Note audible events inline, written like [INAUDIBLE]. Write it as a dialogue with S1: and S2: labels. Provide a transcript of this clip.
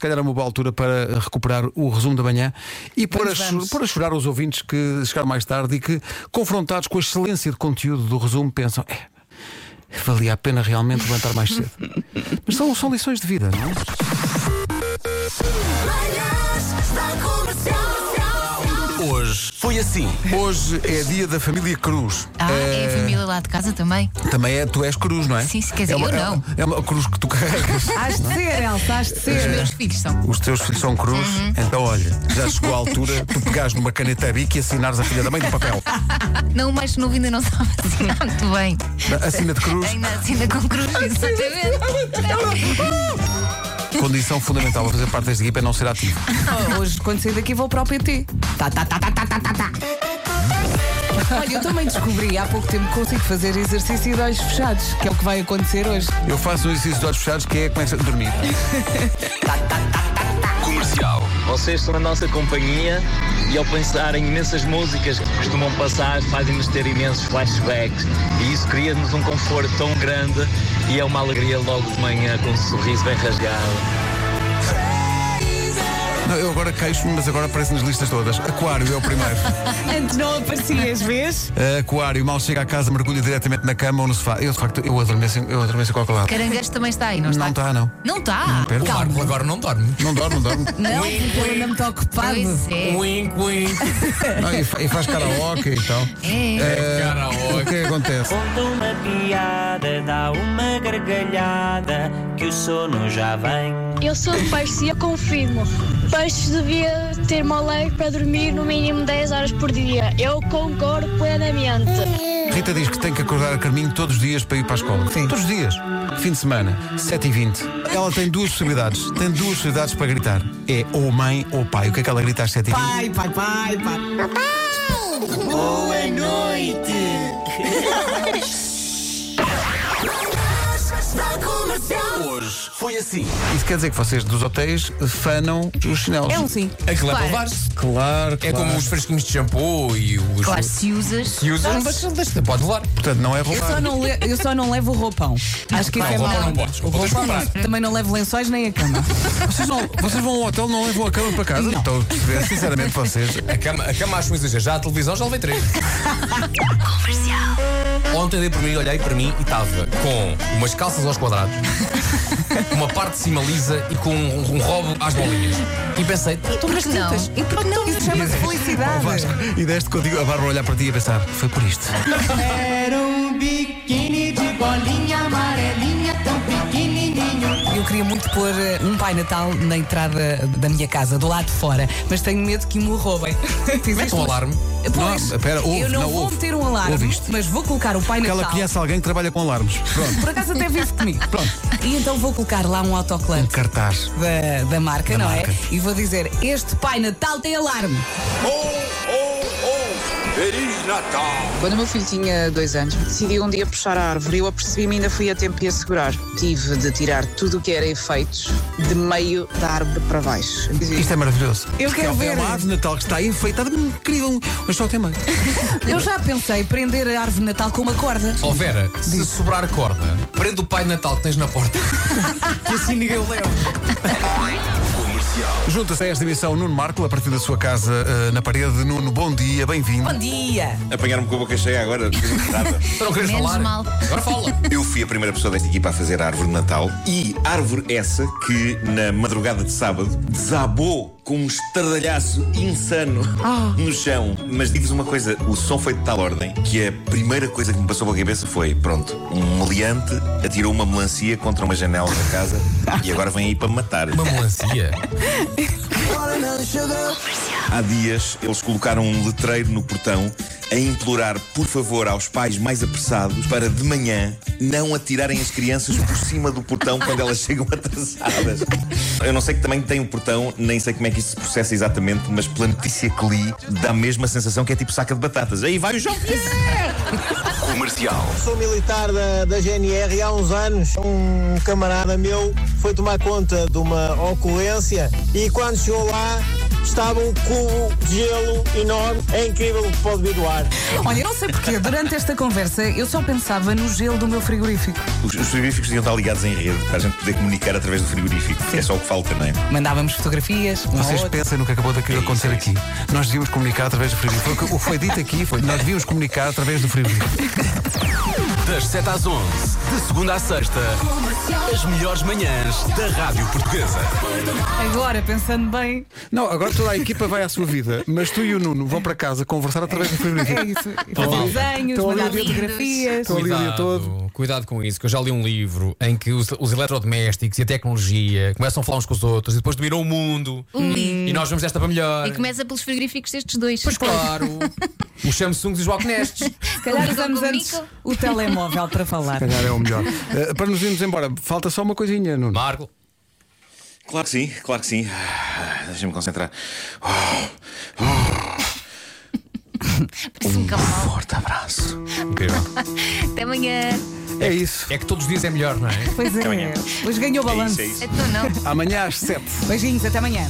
S1: calhar é uma boa altura para recuperar o resumo da manhã e pôr a,
S2: Vamos,
S1: cho-
S2: vamos.
S1: pôr a chorar os ouvintes que chegaram mais tarde e que, confrontados com a excelência de conteúdo do resumo, pensam: é, valia a pena realmente levantar mais
S2: [LAUGHS]
S1: cedo. Mas são, são lições de vida, não é?
S3: Manhãs da Comercial.
S4: Hoje foi assim.
S1: é? Hoje é dia da família Cruz.
S2: Ah, é a família lá de casa também.
S1: Também é, tu és cruz, não é?
S2: Sim, sim, quer dizer,
S1: é uma,
S2: eu
S1: é-
S2: não.
S1: É uma cruz que tu
S2: [LAUGHS]
S1: carregas.
S5: Hás de ser, Elsa, hás de
S2: Os
S5: ser.
S2: meus filhos são.
S1: Os teus filhos são cruz,
S2: Uhum.
S1: então olha, já chegou a altura de tu pegares numa caneta bic e assinares a filha da mãe no
S2: [LAUGHS]
S1: papel.
S2: Não, o mais novo ainda não [LAUGHS] sabe assinar muito bem.
S1: Assina de cruz,
S2: Ainda assina com cruz, exatamente.
S1: condição fundamental para fazer parte desta equipa é não ser ativo.
S5: Hoje, quando sair daqui, vou para o PT. Tá, tá, tá, tá, tá, tá, tá, tá. Olha, eu também descobri há pouco tempo que consigo fazer exercício de olhos fechados, que é o que vai acontecer hoje.
S1: Eu faço um exercício de olhos fechados que é começa a dormir.
S4: Comercial.
S6: Vocês são a nossa companhia e ao pensar em imensas músicas que costumam passar, fazem-nos ter imensos flashbacks e isso cria-nos um conforto tão grande e é uma alegria logo de manhã com um sorriso bem rasgado.
S1: Não, eu agora queixo-me, mas agora aparece nas listas todas. Aquário é o primeiro.
S5: Antes não aparecias, vês?
S1: Aquário, mal chega a casa, mergulha diretamente na cama ou no sofá. Eu, de facto, eu adormeço, em- eu adormeço em qualquer lado.
S2: Caranguejo também está aí, não está?
S1: Não está, não.
S2: Não está.
S1: Pera.
S4: O Marco agora não dorme.
S1: Não dorme, não dorme.
S5: Não, porque eu anda muito ocupado.
S2: Pois é.
S4: Wink, wink.
S1: Não, e, fa- e faz karaoke e tal.
S2: É.
S1: Eh,
S4: Karaoke.
S1: O que é que acontece?
S7: Conta uma piada, dá uma gargalhada, que o sono já vem.
S8: Eu sou de peixe e eu confirmo. Peixes devia ter uma lei para dormir no mínimo 10 horas por dia. Eu concordo plenamente.
S1: Rita diz que tem que acordar a caminho todos os dias para ir para a escola.
S5: Sim.
S1: Todos os dias. Fim de semana, 7h20. Ela tem duas possibilidades. Tem duas possibilidades para gritar. É ou mãe ou pai. O que é que ela grita às 7h20?
S5: Pai, pai, pai, pai.
S3: Manhãs da Comercial.
S4: Hoje foi assim.
S1: Isso quer dizer que vocês dos hotéis fanam os chinelos.
S5: É um sim.
S4: É que
S2: Claro.
S4: leva a levar-se.
S1: Claro,
S4: É como os fresquinhos de shampoo e os.
S2: Claro, se usas.
S4: E os mas deixa, pode levar.
S1: Portanto, não é
S5: Eu só
S1: roubar.
S5: não, le- eu só não levo o roupão. Acho que isso
S4: não,
S5: é
S4: o roupão
S5: mau.
S4: não podes. O roupão
S5: roupão
S4: tens de
S5: não. Também não levo lençóis nem a cama.
S1: Vocês, não- vocês vão ao hotel não levam a cama para casa?
S5: Não.
S1: Estou a perceber, sinceramente, vocês.
S4: A cama, a cama acho um exagero. Já a televisão já levei três. Ontem dei por mim, olhei para mim e estava com umas calças aos
S2: [LAUGHS]
S4: quadrados, uma parte de cima lisa e com um, um robo às bolinhas. E pensei,
S2: Por que não? Eu por que não?
S5: Isso chama-se
S1: Oh,
S5: felicidade.
S1: Vasco, e deste contigo a Bárbara a olhar para ti e a pensar, foi por isto.
S5: Eu queria muito pôr eh, um Pai Natal na entrada da minha casa, do lado de fora, mas tenho medo que me o roubem. [LAUGHS] Eh,
S4: mete um alarme.
S5: Pois,
S1: Não, espera, ouve,
S5: eu não,
S1: não,
S5: vou
S1: ouve.
S5: meter um alarme,
S1: Ouve isto.
S5: mas vou colocar o Pai
S1: Porque ela
S5: Natal.
S1: conhece alguém que trabalha com alarmes. Pronto,
S5: Por acaso até vive comigo.
S1: pronto.
S5: E então vou colocar lá um
S1: Um
S5: autoclante
S1: cartaz.
S5: da, da marca, não
S1: marca.
S5: é? E vou dizer: Este Pai Natal
S1: [LAUGHS]
S5: tem alarme.
S9: Quando o meu filho tinha dois anos, decidi um dia puxar a árvore. Eu apercebi-me e ainda fui a tempo de a segurar. Tive de tirar tudo o que era efeitos de meio da árvore para baixo.
S1: Isto é maravilhoso.
S5: Eu
S1: Porque é,
S5: quero
S1: uma- É
S5: ver.
S1: uma árvore de Natal que está enfeitada, hum, incrível, mas só tem meio.
S5: Eu já pensei prender a árvore de Natal com uma corda.
S1: Oh.
S4: Ó Vera, se sobrar corda, prende o pai de Natal que tens
S1: [LAUGHS]
S4: na porta. que assim ninguém o leva.
S1: Junta-se a esta emissão Nuno Marco, a partir da sua casa eh, na parede. Nuno, bom dia, bem-vindo.
S5: Bom dia!
S10: Apanharam-me com a boca cheia agora. Nada.
S3: [LAUGHS]
S4: Tu então não queres
S2: Menos
S4: falar?
S2: mal.
S5: [LAUGHS]
S4: Agora fala.
S10: Eu fui a primeira pessoa desta equipa a fazer a árvore de Natal e árvore essa que na madrugada de sábado desabou com um estardalhaço insano no chão. Mas digo-vos uma coisa, o som foi de tal ordem que a primeira coisa que me passou pela cabeça foi, pronto, um meliante atirou uma melancia contra uma janela da casa e agora vem aí para me matar.
S4: Uma melancia.
S10: Há dias eles colocaram um letreiro no portão a implorar, por favor, aos pais mais apressados para de manhã não atirarem as crianças por cima do portão quando elas chegam atrasadas. Eu não sei que também tem o portão, nem sei como é que isso se processa exatamente, mas pela notícia que li, dá mesmo a sensação que é tipo saca de batatas. Aí vai o João Pierre!
S4: Comercial.
S11: Sou militar da, da GNR e há uns anos um camarada meu foi tomar conta de uma ocorrência e quando chegou lá estava um cubo de gelo enorme. É incrível o que pode vir do ar.
S5: Olha, eu não sei sei porquê, durante esta conversa eu só pensava no gelo do meu frigorífico.
S10: Os, os frigoríficos deviam estar ligados em rede para a gente poder comunicar através do frigorífico. É só o que falta, não é?
S5: Mandávamos fotografias, um ao
S1: Vocês
S5: outro.
S1: pensem no que acabou de acontecer
S4: É
S1: aqui. Nós devíamos comunicar através do frigorífico. Foi O que o que foi dito aqui foi nós devíamos comunicar através do frigorífico.
S12: Das 7 às 11, de segunda à sexta, as melhores manhãs da Rádio Portuguesa.
S5: Agora, pensando bem,
S1: Não, agora toda a equipa vai à sua vida, mas tu e o Nuno vão para casa conversar através do frigorífico.
S5: é isso. E
S1: Estão
S5: fazer
S1: ali-
S5: desenhos,
S1: estão ali o
S5: mandar
S1: dia-
S5: fotografias.
S1: estão ali o dia todo.
S4: Cuidado com isso, que eu já li um livro em que os, os eletrodomésticos e a tecnologia começam a falar uns com os outros e depois dominam o mundo Hum.
S2: Ui.
S4: e nós vamos desta para melhor.
S2: E começa pelos frigoríficos destes dois. Pois [LAUGHS]
S4: claro. Os Samsungs e os Walknestes.
S5: Se
S2: é
S5: calhar usamos antes
S2: comunicam.
S5: o telemóvel para falar.
S1: Se calhar é o melhor. Eh, para nos irmos embora, falta só uma coisinha, Nuno.
S4: Marco.
S10: Claro que sim, claro que sim. Ah, Deixa-me concentrar.
S2: Parece um cavalo.
S10: Forte abraço.
S4: Incrível.
S2: Até amanhã.
S1: É isso.
S4: É que todos os dias é melhor, não é?
S5: Pois é,
S10: Até amanhã.
S5: hoje ganhou o
S10: É
S5: balanço.
S10: isso, é isso.
S2: Então não.
S1: Amanhã às 7.
S5: Beijinhos, até amanhã.